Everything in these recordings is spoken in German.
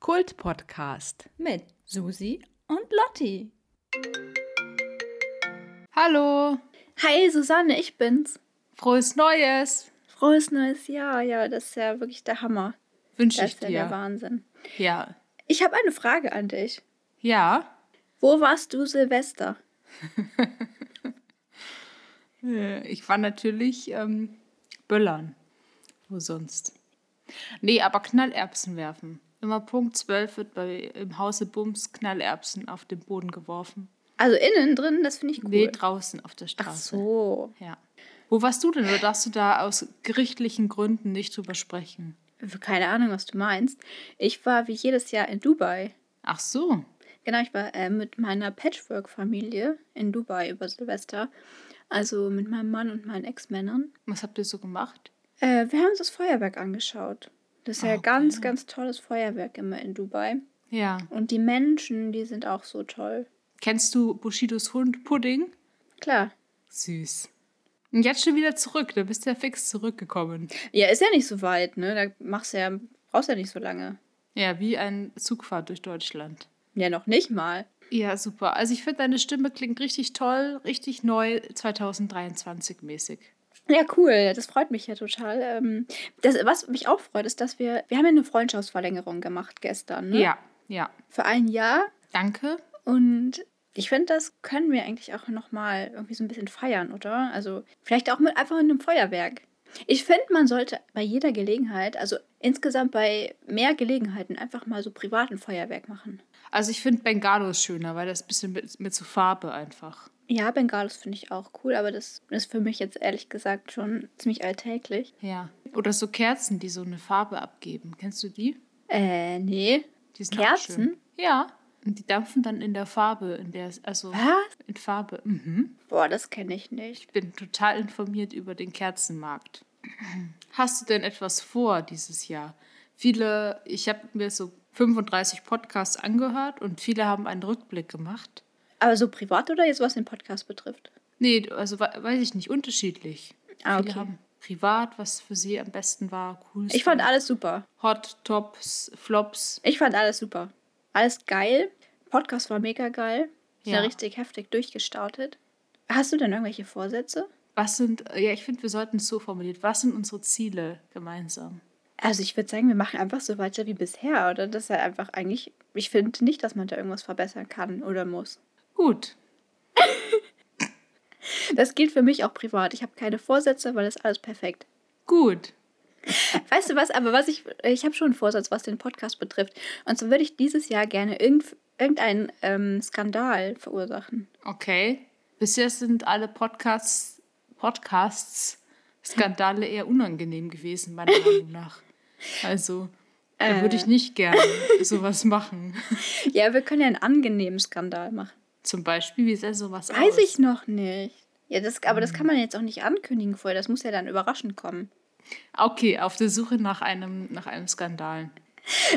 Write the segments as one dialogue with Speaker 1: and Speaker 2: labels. Speaker 1: Kult Podcast
Speaker 2: mit Susi und Lotti.
Speaker 1: Hallo,
Speaker 2: Hi Susanne, ich bin's.
Speaker 1: frohes Neues
Speaker 2: Frohes neues Jahr. Ja, das ist ja wirklich der Hammer.
Speaker 1: wünsche
Speaker 2: Das
Speaker 1: ich
Speaker 2: ist ja der
Speaker 1: dir.
Speaker 2: Wahnsinn.
Speaker 1: Ja,
Speaker 2: Ich habe eine Frage an dich.
Speaker 1: ja.
Speaker 2: Wo warst du Silvester?
Speaker 1: Äh, Ich war natürlich ähm, Böllern. Wo sonst? Nee, aber Knallerbsen werfen. Immer Punkt 12 wird bei, im Hause Bums Knallerbsen auf den Boden geworfen.
Speaker 2: Also innen drin, das finde ich cool.
Speaker 1: Nee, draußen auf der Straße.
Speaker 2: Ach so.
Speaker 1: Ja. Wo warst du denn? Oder darfst du da aus gerichtlichen Gründen nicht drüber sprechen?
Speaker 2: Keine Ahnung, was du meinst. Ich war wie jedes Jahr in Dubai.
Speaker 1: Ach so.
Speaker 2: Genau, ich war äh, mit meiner Patchwork-Familie in Dubai über Silvester. Also mit meinem Mann und meinen Ex-Männern.
Speaker 1: Was habt ihr so gemacht?
Speaker 2: Äh, wir haben uns das Feuerwerk angeschaut. Das ist ja
Speaker 1: Ah,
Speaker 2: ganz,
Speaker 1: okay.
Speaker 2: ganz tolles Feuerwerk immer in Dubai.
Speaker 1: Ja.
Speaker 2: Und die Menschen, die sind auch so toll.
Speaker 1: Kennst du Bushidos Hund Pudding?
Speaker 2: Klar.
Speaker 1: Süß. Und jetzt schon wieder zurück. Da bist du ja fix zurückgekommen.
Speaker 2: Ja, ist ja nicht so weit, ne? Da machst du ja, brauchst ja nicht so lange.
Speaker 1: Ja, wie ein Zugfahrt durch Deutschland.
Speaker 2: Ja, noch nicht mal.
Speaker 1: Ja, super. Also ich finde, deine Stimme klingt richtig toll, richtig neu, 2023 mäßig.
Speaker 2: Ja, cool. Das freut mich ja total. Ähm, das, was mich auch freut, ist, dass wir, wir haben ja eine Freundschaftsverlängerung gemacht gestern, ne?
Speaker 1: Ja, ja.
Speaker 2: Für ein Jahr.
Speaker 1: Danke.
Speaker 2: Und ich finde, das können wir eigentlich auch nochmal irgendwie so ein bisschen feiern, oder? Also vielleicht auch mit einfach in einem Feuerwerk. Ich finde, man sollte bei jeder Gelegenheit, also insgesamt bei mehr Gelegenheiten, einfach mal so privaten Feuerwerk machen.
Speaker 1: Also ich finde Bengalo ist schöner, weil das ein bisschen mit, mit so Farbe einfach.
Speaker 2: Ja, Bengalos finde ich auch cool, aber das ist für mich jetzt ehrlich gesagt schon ziemlich alltäglich.
Speaker 1: Ja. Oder so Kerzen, die so eine Farbe abgeben. Kennst du die?
Speaker 2: Äh, nee.
Speaker 1: die sind auch
Speaker 2: Kerzen?
Speaker 1: schön. Ja. Und die dampfen dann in der Farbe, in der, also
Speaker 2: Was?
Speaker 1: in Farbe. Mhm.
Speaker 2: Boah, das kenne ich nicht.
Speaker 1: bin total informiert über den Kerzenmarkt. Hast du denn etwas vor dieses Jahr? Viele, ich habe mir so 35 Podcasts angehört und viele haben einen Rückblick gemacht.
Speaker 2: Aber so privat oder jetzt was den Podcast betrifft?
Speaker 1: Nee, also we- weiß ich nicht, unterschiedlich.
Speaker 2: Ah,
Speaker 1: viele
Speaker 2: okay.
Speaker 1: haben privat, was für sie am besten war, cool.
Speaker 2: Ich fand alles super.
Speaker 1: Hot, Tops, Flops.
Speaker 2: Ich fand alles super. Alles geil. Podcast war mega geil. Ich ja.
Speaker 1: Ja.
Speaker 2: bin richtig heftig durchgestartet. Hast du denn irgendwelche Vorsätze?
Speaker 1: Was sind, ja, ich finde, wir sollten es so formuliert. Was sind unsere Ziele gemeinsam?
Speaker 2: Also ich würde sagen, wir machen einfach so weiter wie bisher, oder? Das ist ja einfach eigentlich, ich finde nicht, dass man da irgendwas verbessern kann oder muss.
Speaker 1: Gut.
Speaker 2: Das gilt für mich auch privat. Ich habe keine Vorsätze, weil das ist alles perfekt.
Speaker 1: Gut.
Speaker 2: Weißt du was, aber was ich, ich habe schon einen Vorsatz, was den Podcast betrifft. Und zwar würde ich dieses Jahr gerne irgend, irgendeinen ähm, Skandal verursachen.
Speaker 1: Okay. Bisher sind alle Podcasts, Podcasts Skandale eher unangenehm gewesen, meiner Meinung nach. Also, da würde
Speaker 2: Äh.
Speaker 1: ich nicht gerne sowas machen.
Speaker 2: Ja, wir können ja einen angenehmen Skandal machen.
Speaker 1: Zum Beispiel, wie sah sowas aus?
Speaker 2: Weiß ich noch nicht. Ja, das, aber das kann man jetzt auch nicht ankündigen vorher. Das muss ja dann überraschend kommen.
Speaker 1: Okay, auf der Suche nach einem, nach einem Skandal.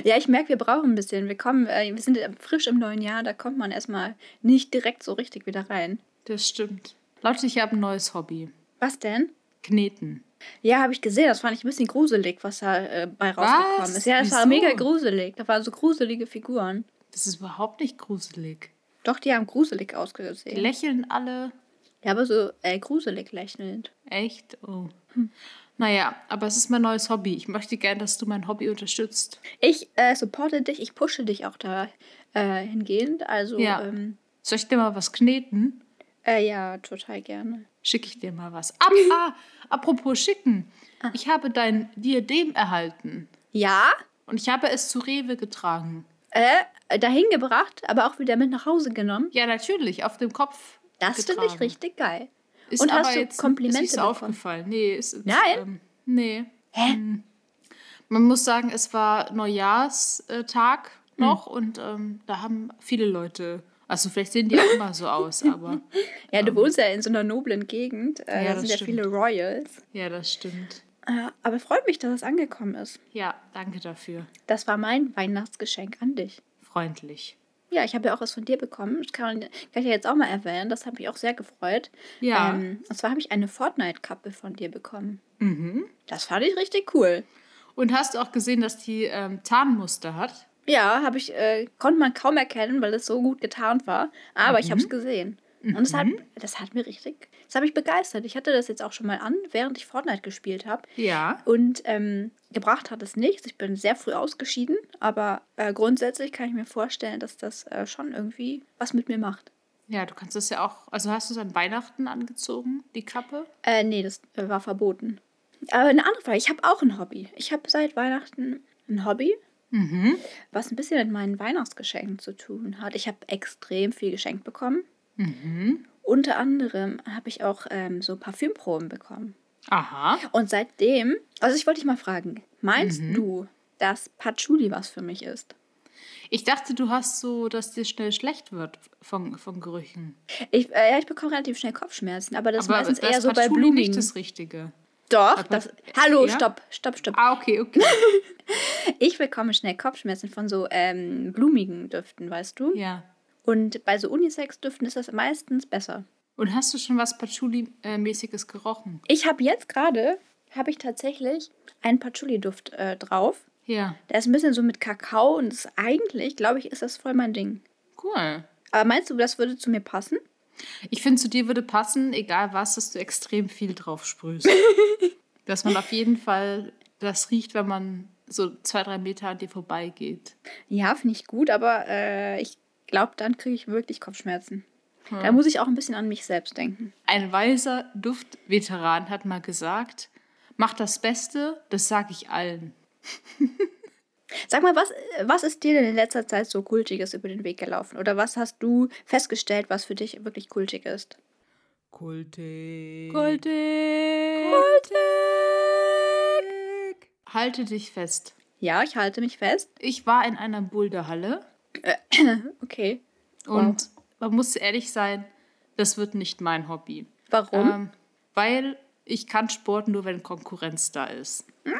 Speaker 2: Ja, ich merke, wir brauchen ein bisschen. Wir, kommen, äh, wir sind frisch im neuen Jahr, da kommt man erstmal nicht direkt so richtig wieder rein.
Speaker 1: Das stimmt. Leute, ich habe ein neues Hobby.
Speaker 2: Was denn?
Speaker 1: Kneten.
Speaker 2: Ja, habe ich gesehen. Das fand ich ein bisschen gruselig, was da äh, bei rausgekommen ist. Ja, das
Speaker 1: Wieso?
Speaker 2: war mega gruselig. Da waren so gruselige Figuren.
Speaker 1: Das ist überhaupt nicht gruselig.
Speaker 2: Doch, die haben gruselig
Speaker 1: Die
Speaker 2: ausgesehen.
Speaker 1: lächeln alle.
Speaker 2: Ja, aber so äh, gruselig lächelnd.
Speaker 1: Echt? Oh. Naja, aber es ist mein neues Hobby. Ich möchte gerne, dass du mein Hobby unterstützt.
Speaker 2: Ich äh, supporte dich, ich pushe dich auch da äh, hingehend. Also,
Speaker 1: Ja.
Speaker 2: ja. Ähm,
Speaker 1: Soll ich dir mal was kneten?
Speaker 2: äh, ja, total gerne.
Speaker 1: schicke ich dir mal was. Ab, ah, apropos schicken.
Speaker 2: Ah.
Speaker 1: Ich habe dein Diadem erhalten
Speaker 2: Ja,
Speaker 1: und ich habe es zu Rewe getragen.
Speaker 2: äh, dahin gebracht, aber auch wieder mit nach Hause genommen.
Speaker 1: Ja, natürlich, auf dem Kopf.
Speaker 2: Das finde ich
Speaker 1: getragen.
Speaker 2: richtig geil.
Speaker 1: Ist
Speaker 2: Und
Speaker 1: aber
Speaker 2: hast du
Speaker 1: jetzt-
Speaker 2: Komplimente
Speaker 1: ist nicht
Speaker 2: bekommen?
Speaker 1: aufgefallen. Nee, ist, ist,
Speaker 2: Nein?
Speaker 1: Ähm, nee. Hm. Man muss sagen, es war Neujahrstag
Speaker 2: Hm.
Speaker 1: noch und ähm, da haben viele Leute. Also vielleicht sehen die auch immer so aus, aber
Speaker 2: Ja, du wohnst ja in so einer noblen Gegend. Äh,
Speaker 1: Ja,
Speaker 2: da sind
Speaker 1: das
Speaker 2: ja viele Royals.
Speaker 1: ja, das stimmt.
Speaker 2: Äh, aber freut mich, dass es angekommen ist.
Speaker 1: Ja, danke dafür.
Speaker 2: Das war mein Weihnachtsgeschenk an dich.
Speaker 1: Freundlich.
Speaker 2: Ja, ich habe ja auch was von dir bekommen. Das kann, kann ich ja jetzt auch mal erwähnen. Das hat mich auch sehr gefreut.
Speaker 1: Ja.
Speaker 2: Ähm, und zwar habe ich eine Fortnite-Kappe von dir bekommen.
Speaker 1: Mhm.
Speaker 2: Das fand ich richtig cool.
Speaker 1: Und hast du auch gesehen, dass die ähm, Tarnmuster hat?
Speaker 2: Ja, habe ich, äh, konnte man kaum erkennen, weil es so gut getarnt war. Aber ich habe es gesehen. Und das hat, das hat mir richtig, das hat mich begeistert. Ich hatte das jetzt auch schon mal an, während ich Fortnite gespielt habe.
Speaker 1: Ja.
Speaker 2: Und ähm, gebracht hat es nichts. Ich bin sehr früh ausgeschieden, aber äh, grundsätzlich kann ich mir vorstellen, dass das äh, schon irgendwie was mit mir macht.
Speaker 1: Ja, du kannst das ja auch. Also hast du es an Weihnachten angezogen, die Kappe?
Speaker 2: Äh, nee, das äh, war verboten. Aber eine andere Frage. Ich habe auch ein Hobby. Ich habe seit Weihnachten ein Hobby,
Speaker 1: Mhm.
Speaker 2: was ein bisschen mit meinen Weihnachtsgeschenken zu tun hat. Ich habe extrem viel geschenkt bekommen.
Speaker 1: Mhm.
Speaker 2: Unter anderem habe ich auch ähm, so Parfümproben bekommen.
Speaker 1: Aha.
Speaker 2: Und seitdem, also ich wollte dich mal fragen, meinst
Speaker 1: Mhm.
Speaker 2: du, dass Patchouli was für mich ist?
Speaker 1: Ich dachte, du hast so, dass dir schnell schlecht wird von, von Gerüchen.
Speaker 2: Ich, äh, ja, ich bekomme relativ schnell Kopfschmerzen, aber das ist meistens
Speaker 1: da
Speaker 2: eher
Speaker 1: ist
Speaker 2: so bei
Speaker 1: Patchouli
Speaker 2: Blumen.
Speaker 1: nicht das Richtige.
Speaker 2: Doch,
Speaker 1: Aber-
Speaker 2: das, hallo,
Speaker 1: ja?
Speaker 2: stopp, stopp, stopp.
Speaker 1: Ah, okay, okay.
Speaker 2: Ich bekomme schnell Kopfschmerzen von so ähm, blumigen Düften, weißt du?
Speaker 1: ja.
Speaker 2: Und bei so Unisex-Düften ist das meistens besser.
Speaker 1: Und hast du schon was Patchouli-mäßiges gerochen?
Speaker 2: Ich habe jetzt gerade, habe ich tatsächlich einen Patchouli-Duft äh, drauf.
Speaker 1: Ja.
Speaker 2: Der ist ein bisschen so mit Kakao und ist eigentlich, glaube ich, ist das voll mein Ding.
Speaker 1: Cool.
Speaker 2: Aber meinst du, das würde zu mir passen?
Speaker 1: Ich finde, zu dir würde passen, egal was, dass du extrem viel drauf sprühst. dass man auf jeden Fall das riecht, wenn man so zwei, drei Meter an dir vorbeigeht.
Speaker 2: Ja, finde ich gut, aber äh, ich glaube, dann kriege ich wirklich Kopfschmerzen.
Speaker 1: Hm.
Speaker 2: Da muss ich auch ein bisschen an mich selbst denken.
Speaker 1: Ein weiser Duftveteran hat mal gesagt, mach das Beste, das sage ich allen.
Speaker 2: Sag mal, was, was ist dir denn in letzter Zeit so Kultiges über den Weg gelaufen? Oder was hast du festgestellt, was für dich wirklich kultig ist?
Speaker 1: Kultig.
Speaker 2: Kultig.
Speaker 1: Kultig. Halte dich fest.
Speaker 2: Ja, ich halte mich fest.
Speaker 1: Ich war in einer Boulderhalle
Speaker 2: Okay.
Speaker 1: und man muss ehrlich sein, das wird nicht mein Hobby.
Speaker 2: Warum?
Speaker 1: Ähm, weil ich kann Sport nur, wenn Konkurrenz da ist.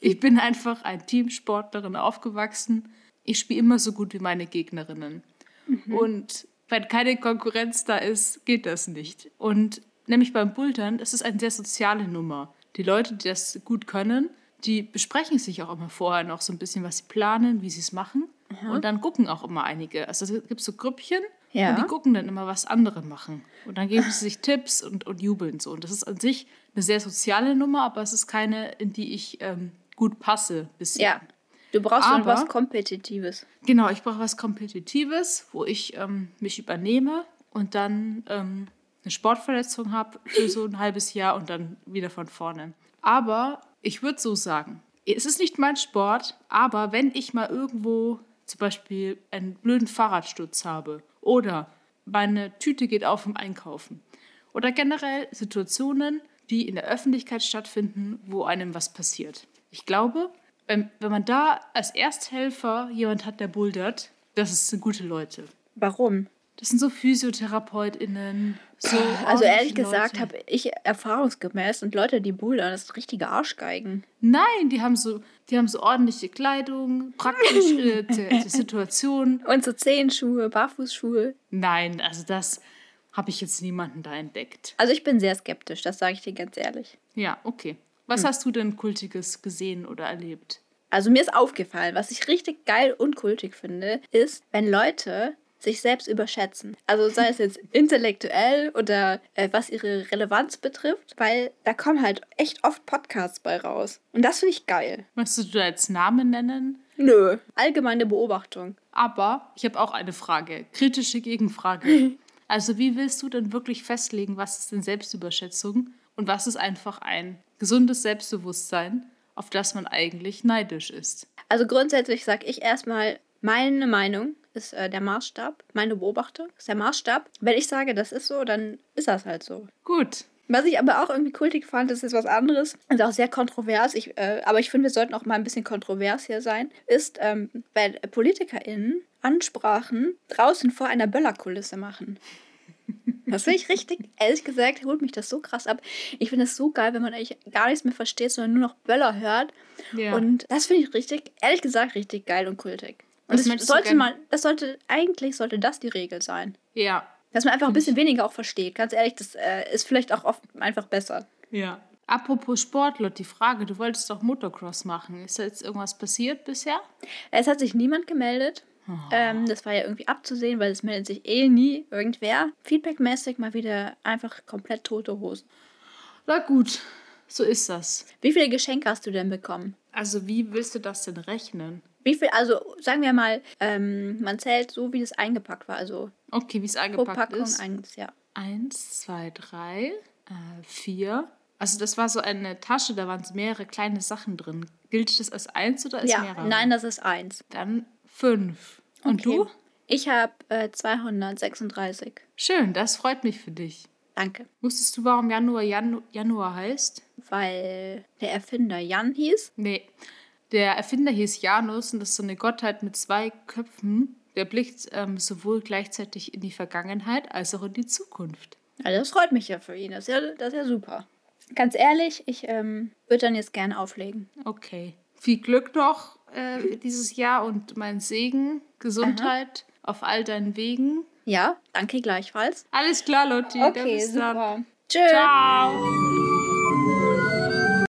Speaker 1: ich bin einfach ein Teamsportlerin aufgewachsen. Ich spiele immer so gut wie meine Gegnerinnen.
Speaker 2: Mhm.
Speaker 1: Und wenn keine Konkurrenz da ist, geht das nicht. Und nämlich beim Bouldern ist es eine sehr soziale Nummer. Die Leute, die das gut können, die besprechen sich auch immer vorher noch so ein bisschen, was sie planen, wie sie es machen. Und dann gucken auch immer einige. Also es gibt so Grüppchen
Speaker 2: Ja.
Speaker 1: und die gucken dann immer, was andere machen. Und dann geben sie sich Tipps und, und jubeln so. Und das ist an sich eine sehr soziale Nummer, aber es ist keine, in die ich ähm, gut passe bisher.
Speaker 2: ja. Du brauchst aber,
Speaker 1: aber-
Speaker 2: was Kompetitives.
Speaker 1: Genau, ich brauche was Kompetitives, wo ich ähm, mich übernehme und dann ähm, eine Sportverletzung habe für so ein halbes Jahr und dann wieder von vorne. Aber ich würde so sagen, es ist nicht mein Sport, aber wenn ich mal irgendwo zum Beispiel einen blöden Fahrradsturz habe oder meine Tüte geht auf im Einkaufen oder generell Situationen, die in der Öffentlichkeit stattfinden, wo einem was passiert. Ich glaube, wenn, wenn man da als Ersthelfer jemand hat, der bouldert, das sind gute Leute.
Speaker 2: Warum?
Speaker 1: Das sind so PhysiotherapeutInnen. So
Speaker 2: Also ehrlich
Speaker 1: ordentliche
Speaker 2: gesagt
Speaker 1: Leute.
Speaker 2: habe ich erfahrungsgemäß und Leute, die bouldern, das sind richtige Arschgeigen.
Speaker 1: Nein, die haben so, die haben so ordentliche Kleidung, praktische äh, Situationen.
Speaker 2: Und so Zehenschuhe, Barfußschuhe.
Speaker 1: Nein, also das habe ich jetzt niemanden da entdeckt.
Speaker 2: Also ich bin sehr skeptisch, das sage ich dir ganz ehrlich.
Speaker 1: Ja, okay.
Speaker 2: Hm.
Speaker 1: Was hast du denn Kultiges gesehen oder erlebt?
Speaker 2: Also mir ist aufgefallen, was ich richtig geil und kultig finde, ist, wenn Leute sich selbst überschätzen. Also sei es jetzt intellektuell oder äh, was ihre Relevanz betrifft, weil da kommen halt echt oft Podcasts bei raus. Und das finde ich geil.
Speaker 1: Möchtest du da jetzt Namen nennen?
Speaker 2: Nö. Allgemeine Beobachtung.
Speaker 1: Aber ich habe auch eine Frage, kritische Gegenfrage. Also wie willst du denn wirklich festlegen, was ist denn Selbstüberschätzung und was ist einfach ein gesundes Selbstbewusstsein, auf das man eigentlich neidisch ist?
Speaker 2: Also grundsätzlich sage ich erstmal, meine Meinung ist äh, der Maßstab, meine Beobachtung ist der Maßstab. Wenn ich sage, das ist so, dann ist das halt so.
Speaker 1: Gut.
Speaker 2: Was ich aber auch irgendwie kultig fand, das ist was anderes, ist auch sehr kontrovers, ich, äh, aber ich finde, wir sollten auch mal ein bisschen kontrovers hier sein, ist, ähm, wenn PolitikerInnen Ansprachen draußen vor einer Böllerkulisse machen. Das finde ich richtig, ehrlich gesagt, holt mich das so krass ab. Ich finde das so geil, wenn man eigentlich gar nichts mehr versteht, sondern nur noch Böller hört.
Speaker 1: Ja.
Speaker 2: Und das finde ich richtig, ehrlich gesagt, richtig geil und kultig. Und
Speaker 1: Was
Speaker 2: das
Speaker 1: möchtest du
Speaker 2: sollte
Speaker 1: gern-
Speaker 2: man, das sollte, eigentlich sollte das die Regel sein.
Speaker 1: ja,
Speaker 2: Dass man einfach ein bisschen weniger auch versteht. Ganz ehrlich, das äh, ist vielleicht auch oft einfach besser.
Speaker 1: ja. Apropos Sportlot, die Frage, du wolltest doch Motocross machen. Ist da jetzt irgendwas passiert bisher?
Speaker 2: Es hat sich niemand gemeldet.
Speaker 1: Oh.
Speaker 2: Ähm, das war ja irgendwie abzusehen, weil es meldet sich eh nie irgendwer. Feedbackmäßig mal wieder einfach komplett tote Hosen.
Speaker 1: Na gut, so ist das.
Speaker 2: Wie viele Geschenke hast du denn bekommen?
Speaker 1: Also wie willst du das denn rechnen?
Speaker 2: Wie viel, also sagen wir mal, ähm, man zählt so, wie das eingepackt war. Also
Speaker 1: Okay, wie es
Speaker 2: pro
Speaker 1: eingepackt
Speaker 2: Packung
Speaker 1: ist.
Speaker 2: eins, ja.
Speaker 1: Eins, zwei, drei, äh, vier. Also das war so eine Tasche, da waren so mehrere kleine Sachen drin. Gilt das als eins oder als
Speaker 2: ja,
Speaker 1: mehrere?
Speaker 2: nein, das ist eins.
Speaker 1: Dann fünf. Und
Speaker 2: Okay.
Speaker 1: du?
Speaker 2: Ich habe äh, 236.
Speaker 1: Schön, das freut mich für dich.
Speaker 2: Danke.
Speaker 1: Wusstest du, warum Januar Janu Januar heißt?
Speaker 2: Weil der Erfinder Jan hieß.
Speaker 1: Nee. Der Erfinder hieß Janus und das ist so eine Gottheit mit zwei Köpfen. Der blickt ähm, sowohl gleichzeitig in die Vergangenheit als auch in die Zukunft.
Speaker 2: Also das freut mich ja für ihn. Das ist ja, das ist ja super. Ganz ehrlich, ich ähm, würde dann jetzt gerne auflegen.
Speaker 1: Okay. Viel Glück noch äh, dieses Jahr und mein Segen, Gesundheit auf all deinen Wegen.
Speaker 2: Ja, danke gleichfalls.
Speaker 1: Alles klar, Lotti. dann bis dann.
Speaker 2: Tschüss.
Speaker 1: Ciao.